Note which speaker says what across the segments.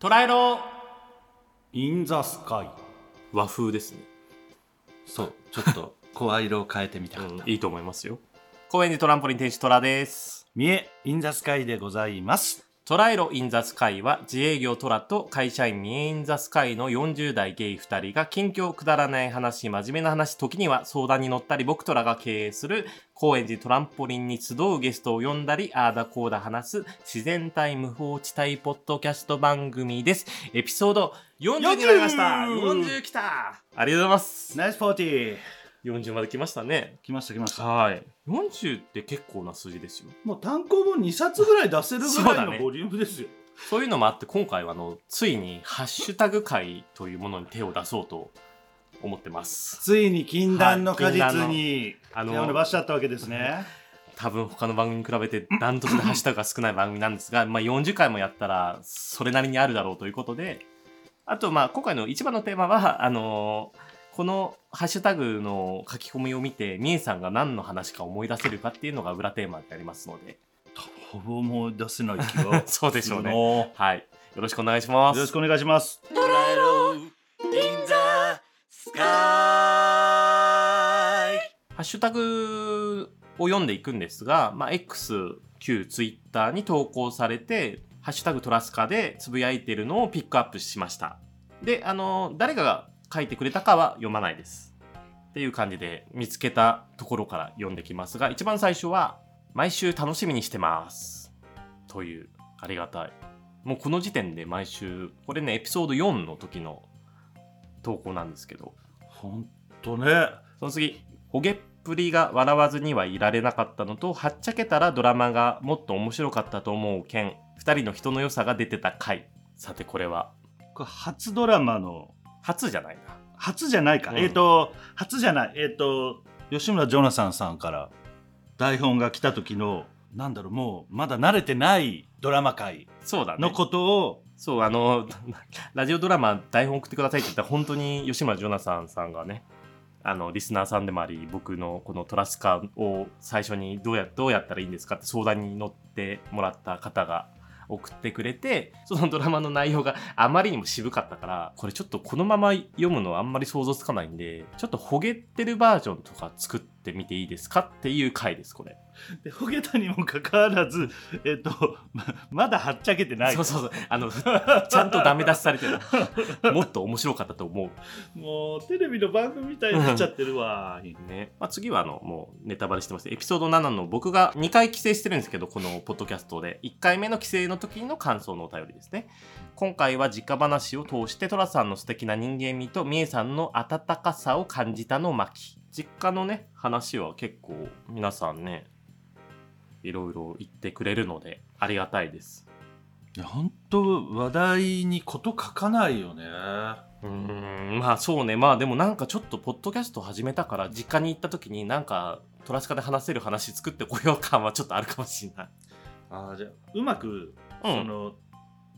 Speaker 1: 捉えろインザスカイ
Speaker 2: 和風ですね、
Speaker 3: そう、ちょっと声色を変えてみた
Speaker 2: う
Speaker 3: かった
Speaker 2: ん、。いいと思いますよ
Speaker 1: 公園にトランポリン天使トラです
Speaker 3: 三重インザスカイでございます。
Speaker 1: トライロインザスカイは自営業トラと会社員ミエインザスカイの40代ゲイ2人が近況くだらない話、真面目な話、時には相談に乗ったり僕トラが経営する高円寺トランポリンに集うゲストを呼んだり、あーだこーだ話す自然体無法地帯ポッドキャスト番組です。エピソード40になりました
Speaker 3: 40
Speaker 1: 40来たありがとうございます
Speaker 3: ナイスフォーティー
Speaker 1: 40まで来ましたね。
Speaker 3: 来ました来ました。
Speaker 1: はい。40って結構な数字ですよ。
Speaker 3: もう単行本2冊ぐらい出せるぐらい
Speaker 1: そうだね
Speaker 3: のボリュームですよ。
Speaker 1: そういうのもあって今回はあのついにハッシュタグ会というものに手を出そうと思ってます
Speaker 3: ついに禁断の果実に
Speaker 1: はい禁断の
Speaker 3: 手を伸ばしちゃったわけですね。
Speaker 1: 多分他の番組に比べてダントツでハッシュタグが少ない番組なんですが、まあ、40回もやったらそれなりにあるだろうということであとまあ今回の一番のテーマはあのーこのハッシュタグの書き込みを見てみえさんが何の話か思い出せるかっていうのが裏テーマでありますので
Speaker 3: ほぼ思い出せない気 が
Speaker 1: そうでしょうね
Speaker 3: するの
Speaker 1: はいよろしくお願いします
Speaker 3: よろしくお願いします。
Speaker 1: ハッシュタグを読んでいくんですが、まあ、X、旧 Twitter に投稿されて、ハッシュタグトラスカでつぶやいてるのをピックアップしました。で、あの、誰かが書いてくれたかは読まないです。っていう感じで見つけたところから読んできますが、一番最初は、毎週楽しみにしてます。という、ありがたい。もうこの時点で毎週、これね、エピソード4の時の投稿なんですけど、
Speaker 3: ほんとね。
Speaker 1: その次、ほげっぷりが笑わずにはいられなかったのと、はっちゃけたらドラマがもっと面白かったと思う件、二人の人の良さが出てた回。さてこれは、
Speaker 3: これ初ドラマの
Speaker 1: 初じゃないな。
Speaker 3: 初じゃないか、
Speaker 1: うん
Speaker 3: えっ、と初じゃないえっ、と吉村ジョナサンさんから台本が来た時のなんだろうもうまだ慣れてないドラマ界
Speaker 1: そうだね
Speaker 3: の。ことを
Speaker 1: そう、あの、 ラジオドラマ台本送ってくださいって言ったら、本当に吉村ジョナサンさんがね、あの、リスナーさんでもあり、僕のこのトラスカを最初にどうやどうやったらいいんですかって相談に乗ってもらった方が送ってくれて、そのドラマの内容があまりにも渋かったから、これちょっとこのまま読むのはあんまり想像つかないんで、ちょっとほげってるバージョンとか作ってみていいですかっていう回です、これ。
Speaker 3: でほげたにもかかわらず、えっとままだはっちゃけてない
Speaker 1: そうそうそう。あの、ちゃんとダメ出しされてる。もっと面白かったと思う。
Speaker 3: もうテレビの番組みたいになっちゃってるわ、
Speaker 1: ねまあ、次はあのもうネタバレしてますエピソード7の僕が2回帰省してるんですけどこのポッドキャストで1回目の帰省の時の感想のお便りですね今回は実家話を通して寅さんの素敵な人間味と美恵さんの温かさを感じたの巻実家のね話は結構皆さんねいろいろ言ってくれるのでありがたいです
Speaker 3: いや本当話題にこと書かないよね
Speaker 1: うーんまあそうねまあでもなんかちょっとポッドキャスト始めたから実家に行った時になんかトラスカで話せる話作ってこよう感はちょっとあるかもしれない。
Speaker 3: あーじゃあうま
Speaker 1: う
Speaker 3: く そ
Speaker 1: ん、
Speaker 3: の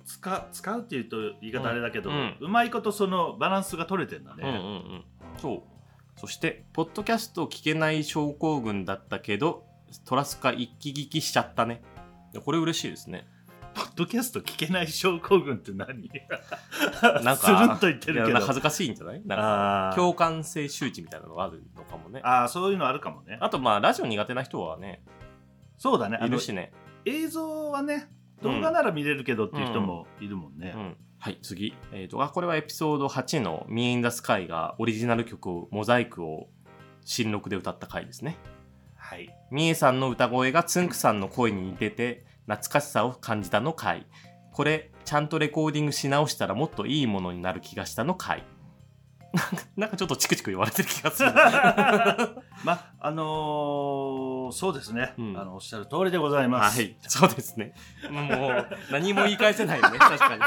Speaker 3: 使使うっていうと言い方あれだけど、
Speaker 1: う
Speaker 3: うんまいことそのバランスが取れてんだ
Speaker 1: うんうんう
Speaker 3: ね、
Speaker 1: んそうそしてポッドキャストを聞けない症候群だったけどトラスカ一気聞きしちゃったねいやこれ嬉しいですね
Speaker 3: ポッドキャスト聞けない症候群って何
Speaker 1: なんか
Speaker 3: スルッと言って
Speaker 1: い
Speaker 3: る
Speaker 1: や
Speaker 3: け
Speaker 1: な
Speaker 3: ど
Speaker 1: んか恥ずかしいんじゃないなんか
Speaker 3: あー
Speaker 1: 共感性周知みたいなのがあるのかもねあ
Speaker 3: あーそういうのあるかもね
Speaker 1: とまあラジオ苦手な人はね
Speaker 3: そうだねあ
Speaker 1: い
Speaker 3: の
Speaker 1: るしね
Speaker 3: 映像はね
Speaker 1: うん
Speaker 3: 動画なら見れるけどっていう人もいるもんね、
Speaker 1: うん、はい次、えー、とあこれはエピソード8の「Me in the Sky」がオリジナル曲を「モザイク」を新録で歌った回ですね
Speaker 3: はい
Speaker 1: みえさんの歌声がつんくさんの声に似てて懐かしさを感じたの回これちゃんとレコーディングし直したらもっといいものになる気がしたの回なんかなんかちょっとチクチク言われてる気がす る
Speaker 3: まあのーそうですね、
Speaker 1: うん
Speaker 3: あのおっしゃる通りでございま
Speaker 1: は
Speaker 3: す、
Speaker 1: いそうですねもう何も言い返せないよ ね確かに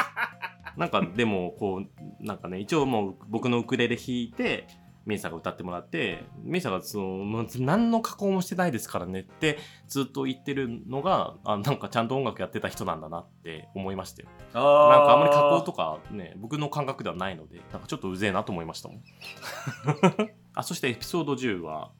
Speaker 1: なんかでもこうなんかね一応もう僕のウクレレ弾いてみえさんが歌ってもらってみえさんがそのもう何の加工もしてないですからねってずっと言ってるのがあなんかちゃんと音楽やってた人なんだなって思いましたよ
Speaker 3: あ
Speaker 1: なん
Speaker 3: ー
Speaker 1: かあんまり加工とかね、僕の感覚ではないので、なんかちょっとうぜえなと思いま したもん。あ、そしてエピソード10は、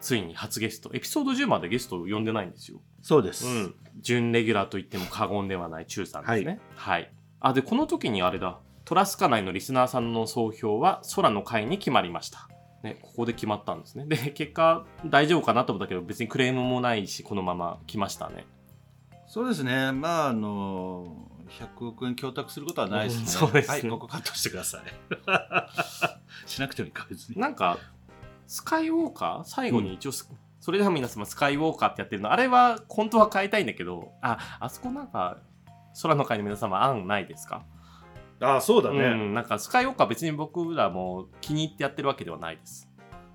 Speaker 1: ついに初ゲスト。エピソード10までゲストを呼んでないんですよ。
Speaker 3: そうです、
Speaker 1: うん。準レギュラーと言っても過言ではない中さんですね。はい。あ、で、この時にあれだ。トラスカ内のリスナーさんの総評は空の会に決まりました。ね、ここで決まったんですね。で、結果大丈夫かなと思ったけど、別にクレームもないし、このまま来ましたね。
Speaker 3: そうですねまああの100億円供託することはないですね
Speaker 1: そうですね
Speaker 3: はいここカットしてくださいしなくてもいいか別に
Speaker 1: なんか、スカイウォーカー最後に一応ス、それでは皆様、スカイウォーカーってやってるの。あれは、本当は変えたいんだけど、あ、あそこなんか、空の会の皆様、案ないですか
Speaker 3: ああそうだ
Speaker 1: うん、なんかスカイウォーカー別に僕らも気に入ってやってるわけではないです。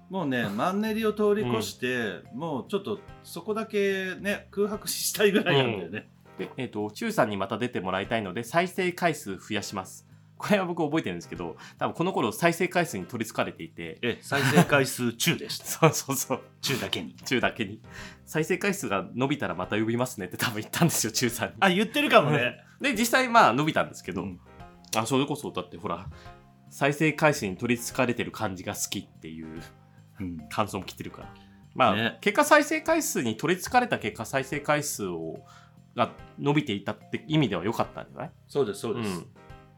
Speaker 3: もうねマンネリを通り越して、もうちょっとそこだけね空白したいぐらいなんだよね、
Speaker 1: で、えっ、と、チューさんにまた出てもらいたいので、再生回数増やします。これは僕覚えてるんですけど、多分この頃再生回数に取りつかれていて、
Speaker 3: え再生回数中でした
Speaker 1: そうそうそう、
Speaker 3: 中だけに
Speaker 1: チューだけに。再生回数が伸びたらまた呼びますねって多 分言ったんですよ、チューさんに。
Speaker 3: あ言ってるかもね
Speaker 1: で、実際まあ伸びたんですけど、
Speaker 3: うん
Speaker 1: あ、それこそだってほら、再生回数に取りつかれてる感じが好きっていう。
Speaker 3: うん
Speaker 1: 感想も来てるから。まあ、
Speaker 3: ね
Speaker 1: 結果再生回数に取りつかれた結果再生回数をが伸びていたって意味では良かったんじゃない
Speaker 3: そうですそうです、
Speaker 1: ん、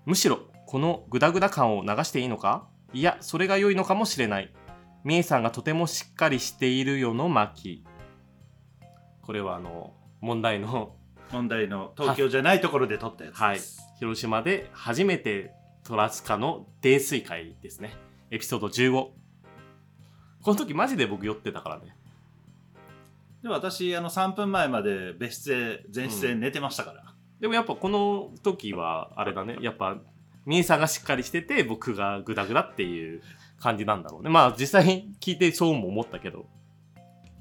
Speaker 1: むしろこのグダグダ感を流していいのかいやそれが良いのかもしれないみえさんがとてもしっかりしているよの巻これはあの問題の
Speaker 3: 問題の東京じゃないところで撮ったやつ
Speaker 1: はい
Speaker 3: です、
Speaker 1: 広島で初めてトラスカの泥酔会ですねエピソード15この時マジで僕酔ってたからね
Speaker 3: で私あの3分前まで別室で前室で寝てましたから、
Speaker 1: でもやっぱこの時はあれだねやっぱみえさんがしっかりしてて僕がグダグダっていう感じなんだろうねまあ実際聞いてそうも思ったけど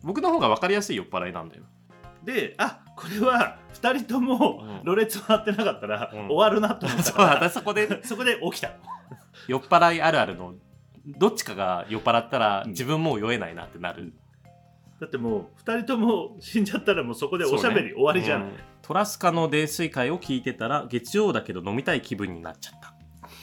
Speaker 1: 僕の方が分かりやすい酔っ払いなんだよ
Speaker 3: であこれは2人とも
Speaker 1: うん
Speaker 3: ろれつ回ってなかったら
Speaker 1: うん
Speaker 3: 終わるなと思っ た
Speaker 1: そう
Speaker 3: から、
Speaker 1: 私そこで
Speaker 3: そこで起きたの
Speaker 1: 酔っ払いあるあるのどっちかが酔っ払ったら
Speaker 3: うん
Speaker 1: 自分もう酔えないなってなる、
Speaker 3: だってもう2人とも死んじゃったらもうそこでおしゃべり終わりじゃない、
Speaker 1: うんトラスカの泥酔会を聞いてたら月曜だけど飲みたい気分になっちゃった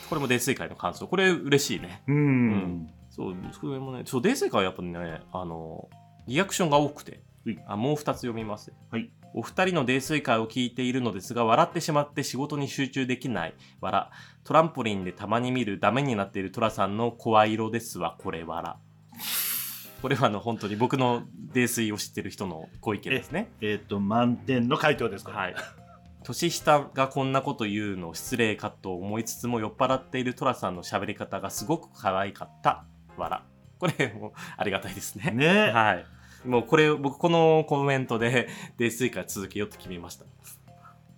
Speaker 1: これも泥酔会の感想これ嬉しいね
Speaker 3: うん
Speaker 1: んそう、それもね、そう、泥酔会はやっぱね、あの、リアクションが多くて
Speaker 3: はい、
Speaker 1: あもう2つ読みます、
Speaker 3: はい
Speaker 1: お二人の泥酔会を聞いているのですが、笑ってしまって仕事に集中できない、笑。トランポリンでたまに見るダメになっているトラさんの声色ですわ、これ笑。これはあの、本当に僕の泥酔を知ってる人のご意見ですね。
Speaker 3: えっ、と満点の回答ですから、
Speaker 1: はい。年下がこんなこと言うの失礼かと思いつつも酔っ払っているトラさんの喋り方がすごく可愛かった。笑。これもうありがたいですね。
Speaker 3: ね
Speaker 1: はい。もうこれ、僕このコメントで、泥酔会続けようって決めました。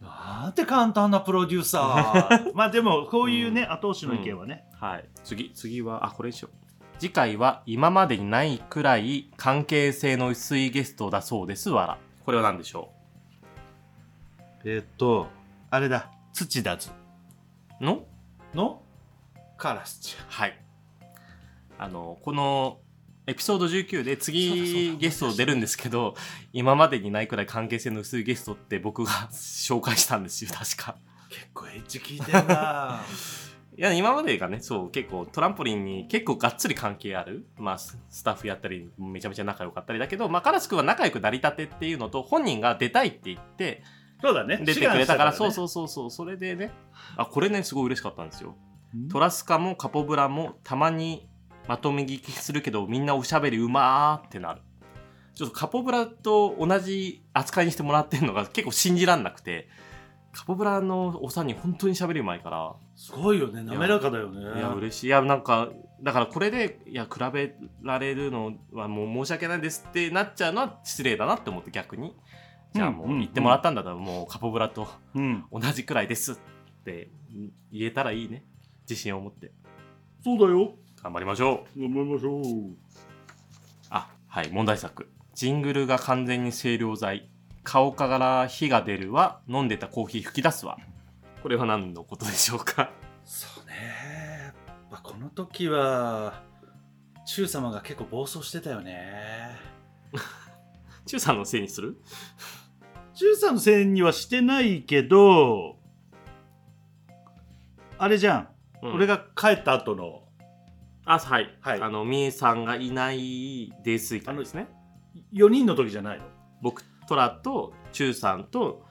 Speaker 3: なんて簡単なプロデューサ ーまあでもこういうね、
Speaker 1: う
Speaker 3: 後押しの意見はね、
Speaker 1: はい。次、次は、あ、これにしよう。次回は今までにないくらい関係性の薄いゲストだそうです。笑。これは何でしょ
Speaker 3: えっ、とあれだ土田津
Speaker 1: うの
Speaker 3: のカラスちゃん
Speaker 1: はい。あの、このエピソード19で
Speaker 3: そうだそう
Speaker 1: 次
Speaker 3: だ
Speaker 1: ゲスト出るんですけど、今までにないくらい関係性の薄いゲストって僕が 紹介したんですよ、確か。
Speaker 3: 結構エッジ聞いてる な
Speaker 1: いや、今までがね、そう、結構トランポリンに結構がっつり関係ある、まあ、ススタッフやったり、めちゃめちゃ仲良かったりだけど、まあ、カラス君は仲良くなりたてっていうのと、本人が出たいって言っ て、
Speaker 3: そうだね
Speaker 1: 出てくれたから、そう
Speaker 3: う
Speaker 1: そうそうそう、それでね、あ、これね、すごい嬉しかったんですよ。トラスカもカポブラもたまにまとめ聞きするけどみんなおしゃべりうまーってなるちょっとカポブラと同じ扱いにしてもらってるのが結構信じらんなくてカポブラのおさんに本当にしゃべりうまいから
Speaker 3: すごいよね滑らかだよね
Speaker 1: いや嬉しいいやなんかだからこれでいや比べられるのはもう申し訳ないですってなっちゃうのは失礼だなって思って逆にじゃあもう言ってもらったんだったらもうカポブラと
Speaker 3: うん
Speaker 1: 同じくらいですって言えたらいいね自信を持って
Speaker 3: そうだよ
Speaker 1: 頑張りましょう
Speaker 3: 頑張りましょう
Speaker 1: あはい問題作ジングルが完全に清涼剤顔から火が出るわ飲んでたコーヒー吹き出すわこれは何のことでしょうか
Speaker 3: そうねまあこの時は中様が結構暴走してたよね
Speaker 1: 中さんのせいにする
Speaker 3: 中さんのせいにはしてないけどあれじゃん、
Speaker 1: うん
Speaker 3: 俺が帰った後の
Speaker 1: あはい、
Speaker 3: はい
Speaker 1: あのみえさんがいない泥酔会ですね
Speaker 3: 4人の時じゃないの
Speaker 1: 僕トラと中さんと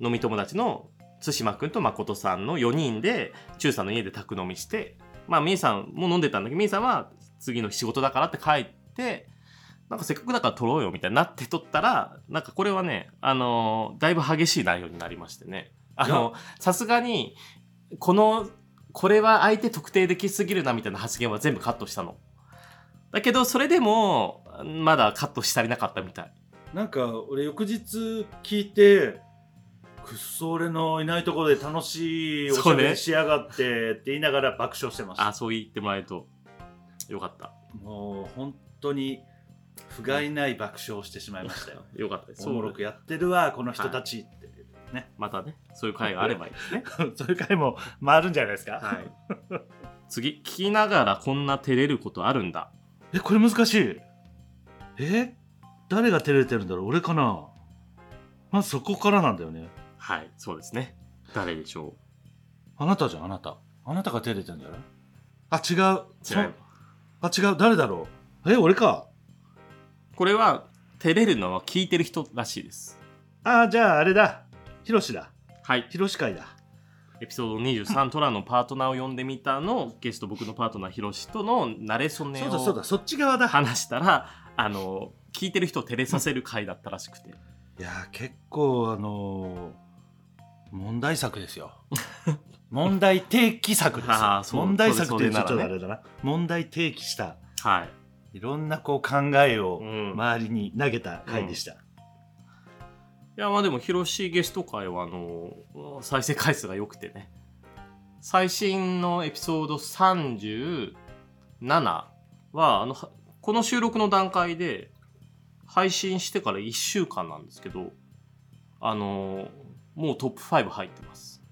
Speaker 1: 飲み友達の対馬くんと誠さんの4人で中さんの家で宅飲みしてまあみーさんも飲んでたんだけどみーさんは次の日仕事だからって帰ってなんかせっかくだから撮ろうよみたいになって撮ったらなんかこれはねあのーだいぶ激しい内容になりましてねあのさすがにこのこれは相手特定できすぎるなみたいな発言は全部カットしたのだけどそれでもまだカットし足りなかったみたい
Speaker 3: なんか俺翌日聞いてくっそ俺のいないところで楽しいおしゃべりしやがってって言いながら爆笑してました、
Speaker 1: あそう言ってもらえるとよかった
Speaker 3: もう本当に不甲斐ない爆笑をしてしまいま したよ
Speaker 1: よかったです
Speaker 3: おもろくやってるわこの人たちって、
Speaker 1: またねそういう会があればいいですね
Speaker 3: そういう 回も回るんじゃないですか、
Speaker 1: はい次聞きながらこんな照れることあるんだ
Speaker 3: えこれ難しいえ誰が照れてるんだろう俺かなまずそこからなんだよね
Speaker 1: はいそうですね誰でしょ
Speaker 3: あなたじゃんあなたあなたが照れてるんじゃないあ違う
Speaker 1: う
Speaker 3: そ
Speaker 1: 違う
Speaker 3: あ違う誰だろうえ俺か
Speaker 1: これは照れるのは聞いてる人らしいです
Speaker 3: あじゃああれだヒロシだ
Speaker 1: はい
Speaker 3: ヒロシ会だ
Speaker 1: エピソード23「トラ のパートナーを呼んでみた」のゲスト僕のパートナーヒロシとのナレーション
Speaker 3: そ
Speaker 1: ね
Speaker 3: うだそう
Speaker 1: を
Speaker 3: だそっち側だ
Speaker 1: 話したらあの聞いてる人を照れさせる回だったらしくて
Speaker 3: いやー結構あのー問題作ですよ 問題提起作ですよ
Speaker 1: あーそう
Speaker 3: 問題作っていうとちょっ
Speaker 1: そ
Speaker 3: と
Speaker 1: う
Speaker 3: あ
Speaker 1: です
Speaker 3: れだな問題提起した
Speaker 1: はい、
Speaker 3: いろんなこう考えを
Speaker 1: うん
Speaker 3: 周りに投げた回でした、
Speaker 1: いやまあでも広しゲスト会はあの再生回数が良くてね最新のエピソード37はあのはこの収録の段階で配信してから1週間なんですけどあのもうトップ5入ってます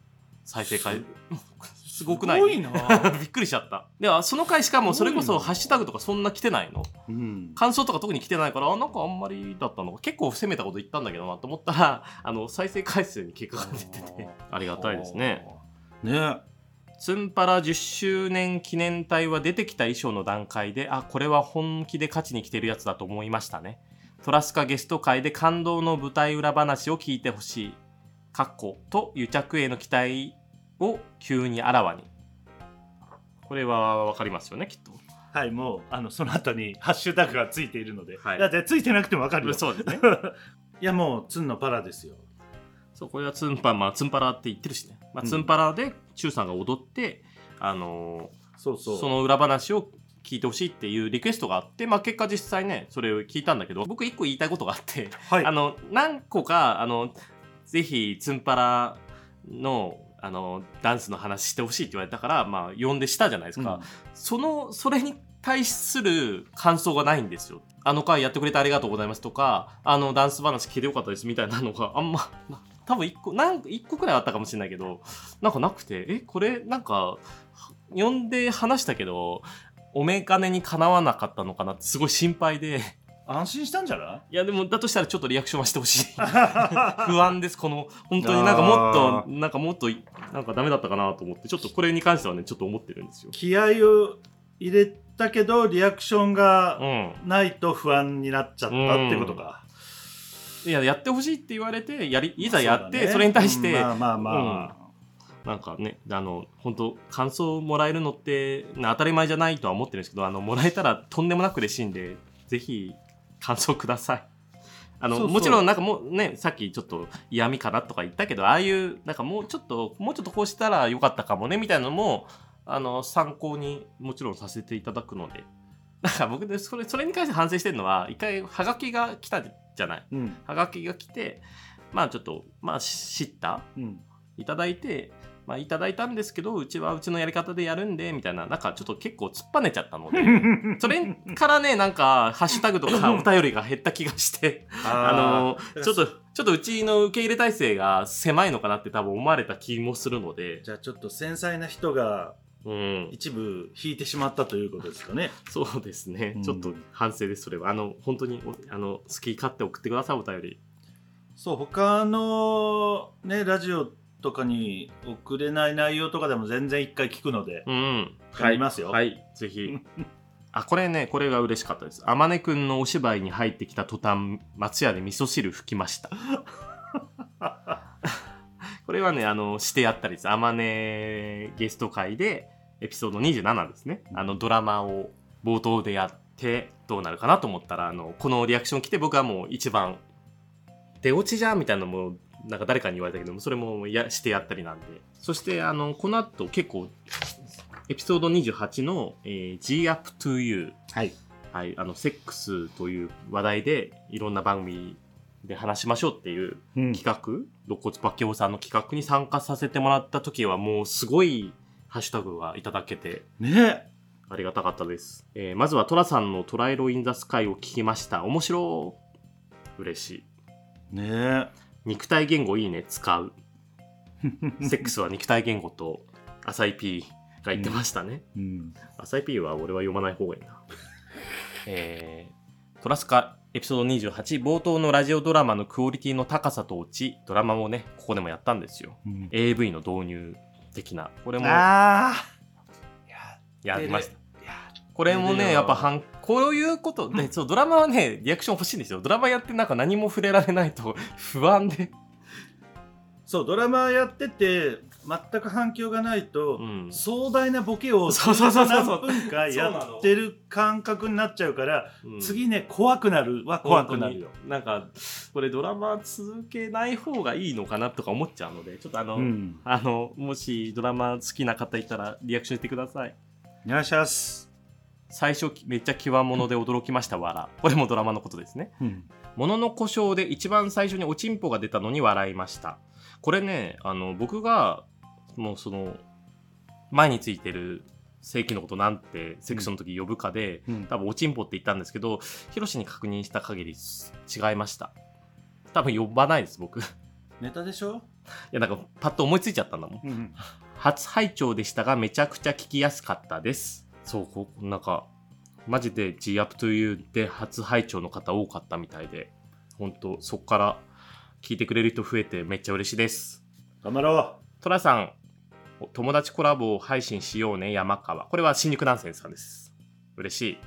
Speaker 1: 再生回 すごくない び
Speaker 3: な、
Speaker 1: っくりしちゃったではその回しかもそれこ
Speaker 3: すご
Speaker 1: そ
Speaker 3: いな
Speaker 1: ハッシュタグとかそんな来てないの
Speaker 3: うん、
Speaker 1: 感想とか特に来てないからあなんかあんまりだったの結構攻めたこと言ったんだけどなと思ったら あの再生回数に結果が出ててありがたいですね
Speaker 3: ね
Speaker 1: ツンパラ10周年記念隊は出てきた衣装の段階であこれは本気で勝ちに来てるやつだと思いましたねトラスカゲスト会で感動の舞台裏話を聞いてほしいかっこと癒着への期待を急にあらわにこれは分かりますよねきっと
Speaker 3: はいもうあのその後にハッシュタグがついているので、
Speaker 1: はい
Speaker 3: だってついてなくてもわかるよ
Speaker 1: そうですね
Speaker 3: いやもうツンのパラですよ
Speaker 1: そうこれはツンパまあツンパラって言ってるしね、まあ、
Speaker 3: うん
Speaker 1: ツンパラでチュウさんが踊って、あの
Speaker 3: そう
Speaker 1: ー
Speaker 3: そう
Speaker 1: その裏話を聞いてほしいっていうリクエストがあって、まあ、結果実際ねそれを聞いたんだけど僕一個言いたいことがあって、
Speaker 3: はい
Speaker 1: あの何個かあのぜひツンパラのあのダンスの話してほしいって言われたから、まあ、呼んでしたじゃないですか、
Speaker 3: うん
Speaker 1: そのそれに対する感想がないんですよ。あの回やってくれてありがとうございますとか、あのダンス話聞いてよかったですみたいなのがあんま、 な多分一個、なん一個くらいあったかもしれないけど、なんかなくて、え、これなんか、呼んで話したけど、お眼鏡にかなわなかったのかなってすごい心配で、
Speaker 3: 安心したんじゃない
Speaker 1: いやでもだとしたらちょっとリアクションはしてほしい。
Speaker 3: 不
Speaker 1: 不安です、この、本当になんかもっと、なんかもっと、なんかダメだったかなと思って、ちょっとこれに関してはね、ちょっと思ってるんですよ。
Speaker 3: 気合を入れたけどリアクション
Speaker 1: う
Speaker 3: が
Speaker 1: ん。
Speaker 3: ないと不安になっちゃったってことか、
Speaker 1: いややってほしいって言われてやりい
Speaker 3: い
Speaker 1: ざやってそ,、れに対して、
Speaker 3: まあまあまあま
Speaker 1: なんかねあの本当感想をもらえるのってな当たり前じゃないとは思ってるんですけどあのもらえたらとんでもなく嬉しいんでぜひ感想ください。あの
Speaker 3: そうそう
Speaker 1: もちろんなんかもうねさっきちょっと嫌味かなとか言ったけどああいうなんかもうちょっともうちょっとこうしたらよかったかもねみたいなのもあの参考にもちろんさせていただくのでなんか僕でそれそれに関して反省してるのは一回ハガキが来たじゃない。
Speaker 3: あ、うん
Speaker 1: はがきが来て、まあちょっと、まあ、知った
Speaker 3: うん、
Speaker 1: いただいて、まあ、いただいたんですけど、うちはうちのやり方でやるんで、みたいな、なんかちょっと結構突っぱねちゃったの で、 それからね、なんか、ハッシュタグとかお便りが減った気がして、あの
Speaker 3: ー
Speaker 1: ちょっと、ちょっとうちの受け入れ体制が狭いのかなって多分思われた気もするので、
Speaker 3: じゃあちょっと繊細な人が
Speaker 1: うん、
Speaker 3: 一部引いてしまったということですかね
Speaker 1: そうですね、
Speaker 3: うん
Speaker 1: ちょっと反省です、それは。あの、本当にお、あの、好き勝手送ってください、お便り。
Speaker 3: そう他のねラジオとかに送れない内容とかでも全然一回聞くので、
Speaker 1: うん。
Speaker 3: やりますよ
Speaker 1: はい、ぜひ。 あ、これね、これが嬉しかったです。あまねくんのお芝居に入ってきた途端、松屋で味噌汁吹きました。 これはね、あの、してやったりです。あまねゲスト会で、エピソード27ですね。あの、ドラマを冒頭でやって、どうなるかなと思ったら、あの、このリアクション来て、僕はもう一番、出落ちじゃんみたいなのも、なんか誰かに言われたけども、それもやしてやったりなんで。そして、あの、この後結構、エピソード28の、えー G Up to You。
Speaker 3: はい。
Speaker 1: はい、あの、セックスという話題で、いろんな番組で話しましょうっていう
Speaker 3: うん
Speaker 1: 企画、肋骨パッケオさんの企画に参加させてもらった時は、もうすごいハッシュタグがいただけて、
Speaker 3: ね
Speaker 1: ありがたかったです。えーまずはトラさんのトライロインザスカイを聞きました。面白い嬉しい。
Speaker 3: ね
Speaker 1: 肉体言語いいね、使う。セックスは肉体言語と、浅井 P が言ってましたね。
Speaker 3: うん。
Speaker 1: 浅井 P は俺は読まない方がいいな。 えー、トラスカエピソード28冒頭のラジオドラマのクオリティの高さと落ちドラマもねここでもやったんですよ
Speaker 3: うん、
Speaker 1: AV の導入的なこれもや
Speaker 3: あ
Speaker 1: りました
Speaker 3: あ。いや
Speaker 1: これも
Speaker 3: 出る
Speaker 1: ね
Speaker 3: よ
Speaker 1: やっぱはんこういう ことで、そうドラマはねリアクション欲しいんですよドラマやってなんか何も触れられないと 不安で
Speaker 3: そうドラマやってて全く反響がないと、
Speaker 1: うん
Speaker 3: 壮大なボケを
Speaker 1: そうそうそうそう
Speaker 3: 何分かやってる感覚になっちゃうから、
Speaker 1: うん
Speaker 3: 次ね怖くなるは怖くなるよ、
Speaker 1: 本当になんかこれドラマ続けない方がいいのかなとか思っちゃうのでちょっとあの、
Speaker 3: うん、
Speaker 1: あの、もしドラマ好きな方いたらリアクションしてください。
Speaker 3: いらっしゃいます、
Speaker 1: 最初きめっちゃ際物で驚きました、笑。これもドラマのことですね。
Speaker 3: うん、
Speaker 1: ものの故障で一番最初におちんぽが出たのに笑いました。これね、あの、僕が、もうその、前についてる正規のことなんて、セックスの時呼ぶかで、
Speaker 3: うん
Speaker 1: 多分おちんぽって言ったんですけど、ヒロシに確認した限り違いました。多分呼ばないです、僕。い
Speaker 3: ネタでしょ、
Speaker 1: や、なんかパッと思いついちゃったんだもん。
Speaker 3: うん、
Speaker 1: 初拝聴でしたがめちゃくちゃ聞きやすかったですそうこうなんかマジで G up to you で初拝聴の方多かったみたいで本当そっから聞いてくれる人増えてめっちゃ嬉しいです
Speaker 3: 頑張ろ
Speaker 1: トラさんお友達コラボを配信しようね山川これは新宿南線さんです嬉しい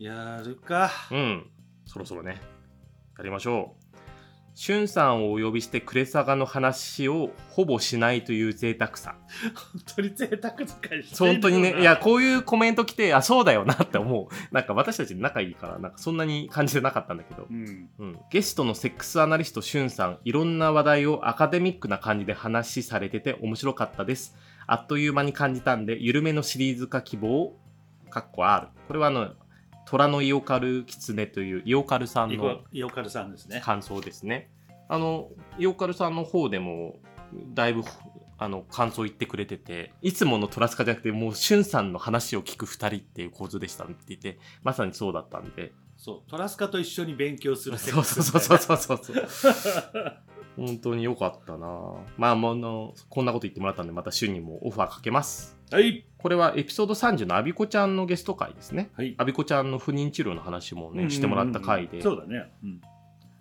Speaker 1: う
Speaker 3: やるか
Speaker 1: うん、そろそろね、やりましょう。しゅんさんをお呼びしてクレサガの話をほぼしないという贅沢さ。
Speaker 3: 本当に贅沢使いしてるよな
Speaker 1: 本当にね、いや、こういうコメント来て、あ、そうだよなって思う。なんか私たち仲いいから、なんかそんなに感じてなかったんだけど
Speaker 3: う。ん、
Speaker 1: うん。ゲストのセックスアナリストしゅんさん、いろんな話題をアカデミックな感じで話しされてて面白かったです。あっという間に感じたんで、緩めのシリーズ化希望、かっこ R。これはあの、虎のイオカルキツネというイオカルさん
Speaker 3: イ
Speaker 1: の
Speaker 3: コイオカルさんですね
Speaker 1: 感想ですね。あの、イオカルさんの方でも、だいぶ、あの、感想言ってくれてて、いつものトラスカじゃなくて、もう、しゅんさんの話を聞く二人っていう構図でしたって言って、まさにそうだったんで。
Speaker 3: そうトラスカと一緒に勉強する
Speaker 1: そうそうそうそう
Speaker 3: う
Speaker 1: そうそうそう。 本当に良かったなまあ、もうあの、こんなこと言ってもらったんで、また週にもオファーかけます。
Speaker 3: はい
Speaker 1: これはエピソード30のアビコちゃんのゲスト回ですね。
Speaker 3: はい
Speaker 1: アビコちゃんの不妊治療の話もね、してもらった回で。
Speaker 3: そうだね、うん、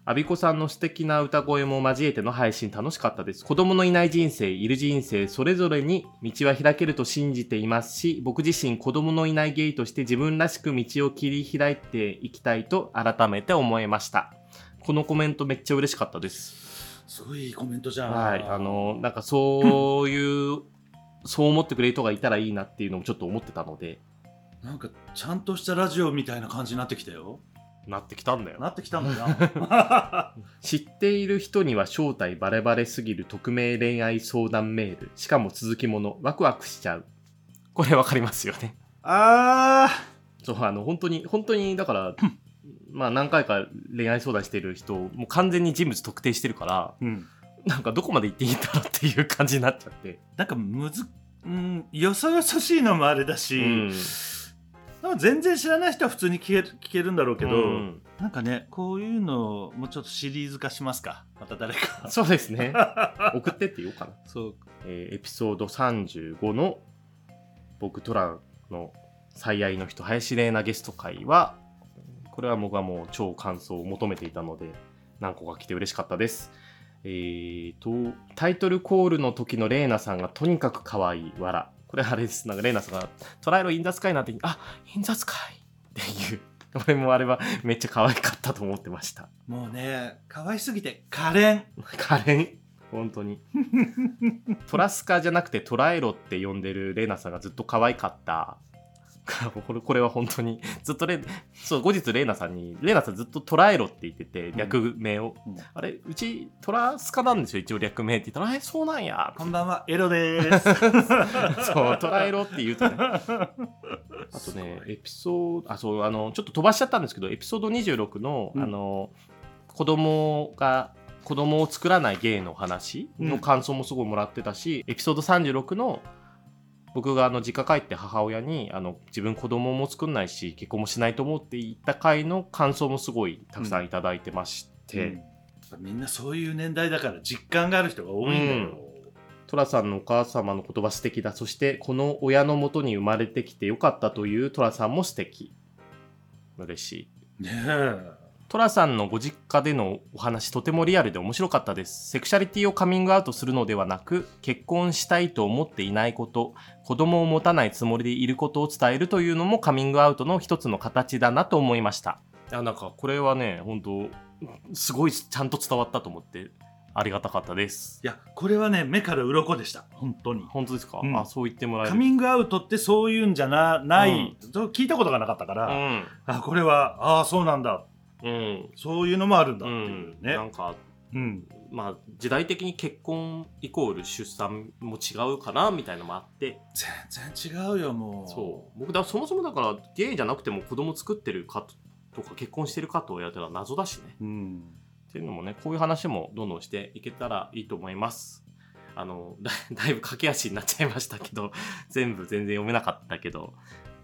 Speaker 1: アビコさんの素敵な歌声も交えての配信楽しかったです。子供のいない人生、いる人生、それぞれに道は開けると信じていますし、僕自身子供のいないゲイとして自分らしく道を切り開いていきたいと改めて思いました。このコメントめっちゃ嬉しかったです。
Speaker 3: すごいいいコメントじゃん
Speaker 1: はい。あの、なんかそういう、そう思ってくれる人がいたらいいなっていうのもちょっと思ってたので、
Speaker 3: なんかちゃんとしたラジオみたいな感じになってきたよ
Speaker 1: なってきたんだよ
Speaker 3: なってきたんだな
Speaker 1: 知っている人には正体バレバレすぎる匿名恋愛相談メールしかも続きものワクワクしちゃうこれわかりますよね
Speaker 3: あ
Speaker 1: そう あの本当に本当にだからまあ何回か恋愛相談してる人もう完全に人物特定してるから
Speaker 3: ー、うん、
Speaker 1: なんかどこまで行っていいんだろうっていう感じになっちゃって、
Speaker 3: なんかむずうんよそよそしいのもあれだし、
Speaker 1: うん
Speaker 3: なんか全然知らない人は普通に聞ける聞けるんだろうけど、
Speaker 1: うん
Speaker 3: なんかねこういうのをもうちょっとシリーズ化しますかまた誰か
Speaker 1: そうですね送ってって言おうかな そう、えーエピソード35の僕トラの最愛の人林玲奈ゲスト会はこれは僕はもう超感想を求めていたので何個か来て嬉しかったですえーとタイトルコールの時の玲奈さんがとにかく可愛い笑これあれですなんか玲奈さんが「トライロインザスカイ」なんてあインザスカイっていうこれもあれはめっちゃ可愛かったと思ってました
Speaker 3: もうね可愛すぎて可憐
Speaker 1: 可憐本当にトラスカじゃなくてトラエロって呼んでるレナさんがずっと可愛かった からこれこれは本当にずっとレそう後日レナさんにレナさんずっとトラエロって言ってて略名を、
Speaker 3: うんうん
Speaker 1: あれうちトラスカなんですよ一応略名って言ったらえそうなんや
Speaker 2: こんばんは。
Speaker 3: エロでーす
Speaker 1: そうトラエロって言うとね あとね、エピソード、あ、そう、あの、ちょっと飛ばしちゃったんですけど、エピソード26の、
Speaker 3: うん
Speaker 1: あの、子供が、子供を作らない芸の話の感想もすごいもらってたし、エピソード36の、僕があの実家帰って母親にあの自分子供も作んないし結婚もしないと思うって言った回の感想もすごいたくさんいただいてまして、
Speaker 3: うんやっぱみんなそういう年代だから実感がある人が多いんだよ、
Speaker 1: トラさんのお母様の言葉素敵だそしてこの親のもとに生まれてきてよかったというトラさんも素敵嬉しい
Speaker 3: ねえ
Speaker 1: トラさんのご実家でのお話とてもリアルで面白かったです。セクシャリティをカミングアウトするのではなく、結婚したいと思っていないこと、子供を持たないつもりでいることを伝えるというのもカミングアウトの一つの形だなと思いました。いや、なんかこれはね、本当すごいちゃんと伝わったと思って、ありがたかったです。
Speaker 3: いやこれはね目から鱗でした本当に
Speaker 1: 本当ですか、
Speaker 3: うん
Speaker 1: あ、そう言ってもらえ
Speaker 3: カ
Speaker 1: る。
Speaker 3: ミングアウトってそういうんじゃなない、そう聞いたことがなかったから、あこれはああそうなんだ
Speaker 1: うん。うん。
Speaker 3: そういうのもあるんだ
Speaker 1: う
Speaker 3: ってい
Speaker 1: ん
Speaker 3: う、
Speaker 1: な
Speaker 3: ね
Speaker 1: んか
Speaker 3: うん、
Speaker 1: まあ時代的に結婚イコール出産も違うかなみたいなのもあって
Speaker 3: 全然違うよもう
Speaker 1: そう僕だそもそもだからゲイじゃなくても子供作ってるかとか結婚してるかとやったら謎だしね
Speaker 3: う、うん、
Speaker 1: っていうのもねこういう話もどんどんしていけたらいいと思いますあの だだいぶ駆け足になっちゃいましたけど 全部全然読めなかったけど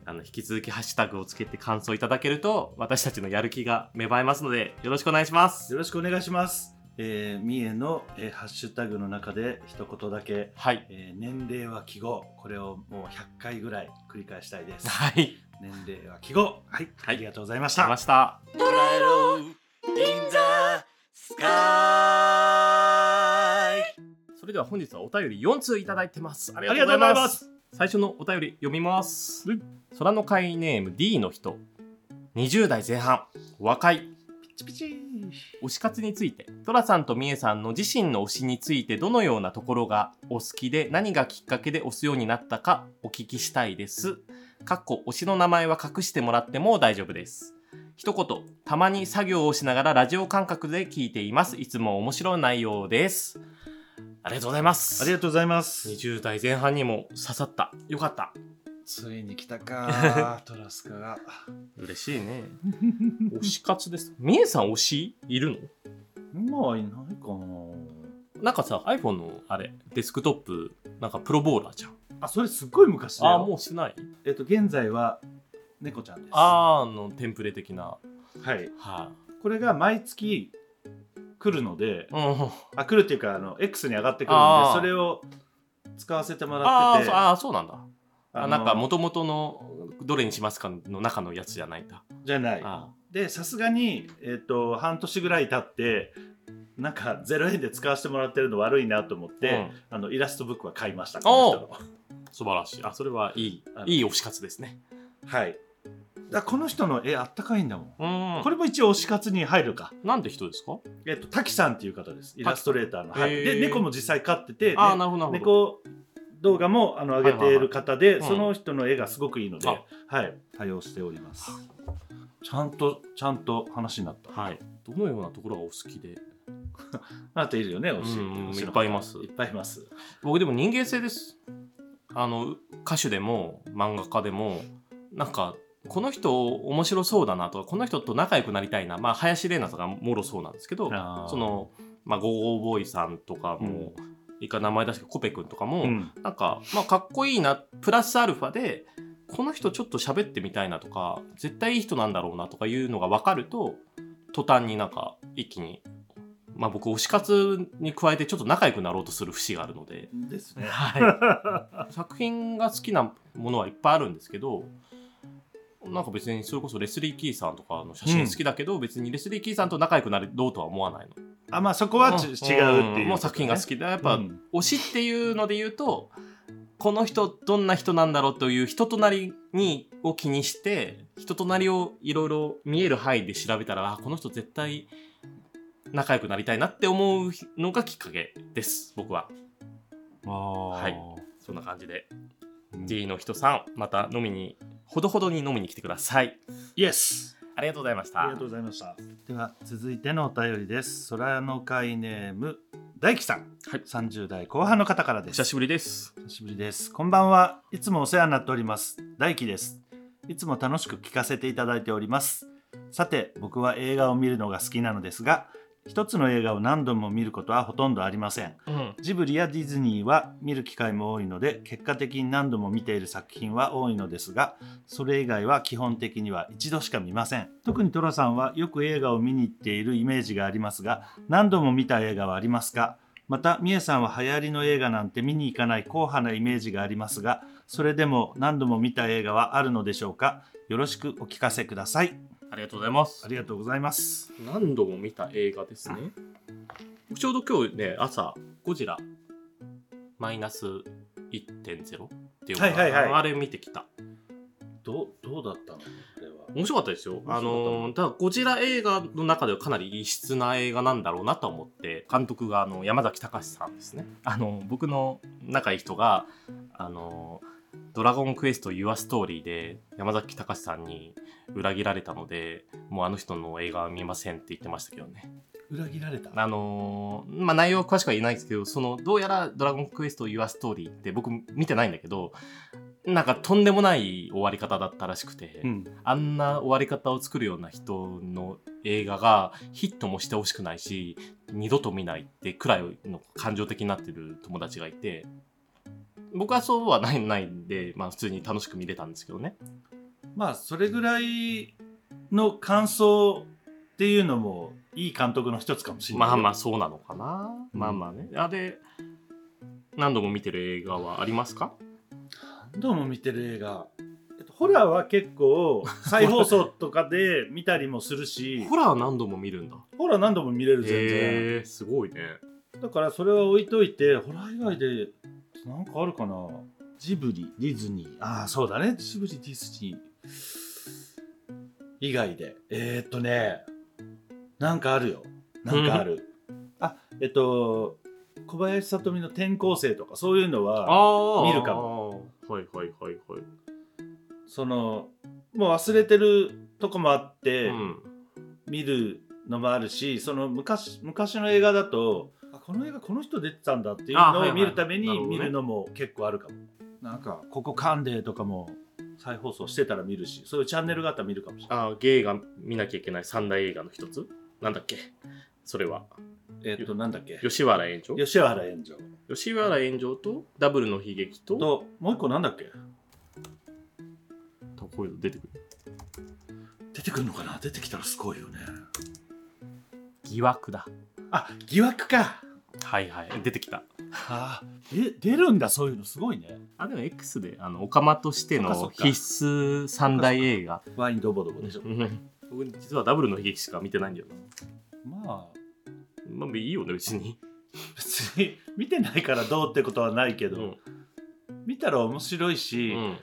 Speaker 1: あの引き続きハッシュタグをつけて感想いただけると私たちのやる気が芽生えますのでよろしくお願いします
Speaker 3: よろしくお願いしますえー、三重の、えーハッシュタグの中で一言だけ、
Speaker 1: はい
Speaker 3: えー年齢は記号これをもう100回ぐらい繰り返したいです
Speaker 1: はいあり
Speaker 3: 年齢は記号はい、
Speaker 1: はい
Speaker 3: ありがとうございまし
Speaker 1: がとうございまし
Speaker 3: た
Speaker 1: た
Speaker 2: トラエロインザスカイ。
Speaker 1: それでは本日はお便り4通いただいてます。あり
Speaker 3: がとうございます
Speaker 1: 最初のお便り読みます
Speaker 3: はい。
Speaker 1: 空の会ネーム D の人。20代前半、お若い。
Speaker 3: ピチピチ
Speaker 1: 推し活についてトラさんとミエさんの自身の推しについてどのようなところがお好きで何がきっかけで推すようになったかお聞きしたいですかっこ推しの名前は隠してもらっても大丈夫です一言たまに作業をしながらラジオ感覚で聞いていますいつも面白い内容ですありがとうございます
Speaker 3: ありがとうございます
Speaker 1: 20代前半にも刺さったよかった
Speaker 3: ついに来た かトラスカが
Speaker 1: 嬉しいね推し活ですミエさん推しいるの
Speaker 3: 今はいないか
Speaker 1: なんかさ iPhone のあれデスクトップなんかプロボーラーじゃん
Speaker 3: なあそれすっごい昔だよ
Speaker 1: ああもうしない
Speaker 3: えっと現在は猫ちゃんです
Speaker 1: あーのテンプレ的な
Speaker 3: はい
Speaker 1: は
Speaker 3: これが毎月来るので
Speaker 1: い、うん、
Speaker 3: あ来るっていうかあの X に上がってくる
Speaker 1: あー
Speaker 3: のでそれを使わせてもらっ
Speaker 1: あ
Speaker 3: て
Speaker 1: ーそ
Speaker 3: て
Speaker 1: うあーそうなんだ
Speaker 3: あ
Speaker 1: あ
Speaker 3: の
Speaker 1: なんか元々のどれにしますかの中のやつじゃないんだ、
Speaker 3: じゃない
Speaker 1: あ
Speaker 3: でさすがに、えっと半年ぐらい経ってなんか0円で使わせてもらってるの悪いなと思っ
Speaker 1: ー
Speaker 3: て、あのイラストブックは買いました
Speaker 1: おー
Speaker 3: この人の
Speaker 1: うん、素晴らしいあそれはいい
Speaker 3: あの
Speaker 1: いい推し活ですね
Speaker 3: はいだこの人の絵あったかいんだもん
Speaker 1: うん
Speaker 3: これも一応推し活に入るか
Speaker 1: なんて人ですか
Speaker 3: えっと、滝さんっていう方です。イラストレーターの。はい、
Speaker 1: へー
Speaker 3: で、猫も実際飼ってて、ね
Speaker 1: ああなるほどなるほど
Speaker 3: 猫動画もあの上げている方で、
Speaker 1: はいはいはいうん
Speaker 3: その人の絵がすごくいいので、
Speaker 1: あ
Speaker 3: はい、多用しております。ちゃんと、ちゃんと話になった。
Speaker 1: はいどのようなところがお好きで
Speaker 3: あなたいるよね、推し
Speaker 1: うん
Speaker 3: 推し
Speaker 1: い
Speaker 3: の方
Speaker 1: っぱいいます
Speaker 3: いっぱいいます。
Speaker 1: 僕でも人間性ですあの歌手でも漫画家でもなんかこの人面白そうだなとかこの人と仲良くなりたいなまあ林玲奈さんがもろそうなんですけど
Speaker 3: あー
Speaker 1: その、まあ、ゴーゴーボーイさんとかも、いいか名前出してコペ君とかも、
Speaker 3: うん、
Speaker 1: なんか、まあ、かっこいいなプラスアルファでこの人ちょっと喋ってみたいなとか絶対いい人なんだろうなとかいうのが分かると途端になんか一気に、まあ、僕推し活に加えてちょっと仲良くなろうとする節があるので。
Speaker 3: ですね。
Speaker 1: はい、作品が好きなものはいっぱいあるんですけどなんか別にそれこそレスリー・キーさんとかの写真好きだけど、別にレスリー・キーさんと仲良くなろうとは思わないの。
Speaker 3: あ、まあそこはち違うっていう、
Speaker 1: んもう作品が好
Speaker 3: き。
Speaker 1: きでやっ
Speaker 3: や
Speaker 1: ぱ、
Speaker 3: っうん
Speaker 1: 推しっていうので言うとこの人どんな人なんだろうという人となりにを気にして人となりをいろいろ見える範囲で調べたらあこの人絶対仲良くなりたいなって思うのがきっかけです僕は
Speaker 3: ああ
Speaker 1: はいそんな感じで、
Speaker 3: うん
Speaker 1: D の人さんまた飲みにほどほどに飲みに来てください
Speaker 3: イエス
Speaker 1: ありがとうございました
Speaker 3: ありがとうございましたでは続いてのお便りです空の会ネーム大輝さん、
Speaker 1: はい
Speaker 3: 30代後半の方からで
Speaker 1: 久
Speaker 3: す
Speaker 1: しぶりです
Speaker 3: 久しぶりですこんばんはいつもお世話になっております大輝ですいつも楽しく聞かせていただいておりますさて僕は映画を見るのが好きなのですが一つの映画を何度も見ることはほとんどありません
Speaker 1: うん
Speaker 3: ジブリやディズニーは見る機会も多いので結果的に何度も見ている作品は多いのですがそれ以外は基本的には一度しか見ません特にトラさんはよく映画を見に行っているイメージがありますが何度も見た映画はありますかまたミエさんは流行りの映画なんて見に行かない硬派なイメージがありますがそれでも何度も見た映画はあるのでしょうかよろしくお聞かせください
Speaker 1: ありがとうございます
Speaker 3: ありがとうございます
Speaker 1: 何度も見た映画ですね僕ちょうど今日ね朝ゴジラマイナス1.0っていうのかな
Speaker 3: はいはいはい
Speaker 1: あれ見てきた
Speaker 3: どどうだったのこれは
Speaker 1: 面白かったですよ。
Speaker 3: 白かった
Speaker 1: あのーただゴジラ映画の中ではかなり異質な映画なんだろうなと思って監督があの山崎隆さんですね。あの僕の仲いい人があのードラゴンクエストユアストーリーで山崎隆さんに裏切られたのでもうあの人の映画は見ませんって言ってましたけどね。
Speaker 3: 裏切られた
Speaker 1: あのーまあ内容は詳しくは言えないんですけどそのどうやらドラゴンクエストユアストーリーって僕見てないんだけどなんかとんでもない終わり方だったらしくて。
Speaker 3: うん
Speaker 1: あんな終わり方を作るような人の映画がヒットもしてほしくないし二度と見ないってくらいの感情的になってる友達がいて僕はそうはないないんで、まあ、普通に楽しく見れたんですけどね
Speaker 3: まあそれぐらいの感想っていうのもいい監督の一つかもしれない。
Speaker 1: まあまあ
Speaker 3: あ
Speaker 1: そうなのかな、
Speaker 3: うん
Speaker 1: まあまあねあで何度も見てる映画はありますか
Speaker 3: どうも見てる映画。えっとホラーは結構再放送とかで見たりもす るし
Speaker 1: ホラーは何度も見るんだ
Speaker 3: ホラー何度も見れる全然、
Speaker 1: へえすごいね
Speaker 3: だからそれは置いといてホラー以外でなんかあるかなジブリディズニーああそうだねジブリディズニー以外でえー、っとねなんかあるよなんかあるあえっと小林さとみの転校生とかそういうのは
Speaker 1: ああ
Speaker 3: 見るか
Speaker 1: もはいはいはいはい、
Speaker 3: そのもう忘れてるとこもあって、
Speaker 1: うん
Speaker 3: 見るのもあるしその昔昔の映画だとあこの映画この人出てたんだっていう
Speaker 1: あはい
Speaker 3: の
Speaker 1: は
Speaker 3: を
Speaker 1: い
Speaker 3: 見るために
Speaker 1: なるほど
Speaker 3: 見
Speaker 1: ね
Speaker 3: るのも結構あるかも、なんか「ここカンデー」とかも再放送してたら見るしそういうチャンネルがあったら見るかもしれない
Speaker 1: あーゲイが見なきゃいけない三大映画の一つなんだっけそれは
Speaker 3: えっとなんだっけ
Speaker 1: 吉原炎上
Speaker 3: 吉原炎上
Speaker 1: 吉原炎上とダブルの悲劇と
Speaker 3: ともう一個なんだっけ
Speaker 1: こういうの出てくる
Speaker 3: 出てくるのかな出てきたらすごいよね
Speaker 1: 疑惑だ
Speaker 3: あ疑惑か
Speaker 1: はいはい出てきた
Speaker 3: あで出るんだそういうのすごいね
Speaker 1: あでも X であのオカマとして
Speaker 3: そっ
Speaker 1: の
Speaker 3: かそっか
Speaker 1: 必須三大映画
Speaker 3: ワインドボドボでしょ、
Speaker 1: うん 僕実はダブルの悲劇しか見てないんだよな
Speaker 3: まあ
Speaker 1: まあいいよね別に、
Speaker 3: 別に見てないからどうってことはないけ
Speaker 1: う
Speaker 3: ど、
Speaker 1: ん
Speaker 3: 見たら面白いし、
Speaker 1: うん、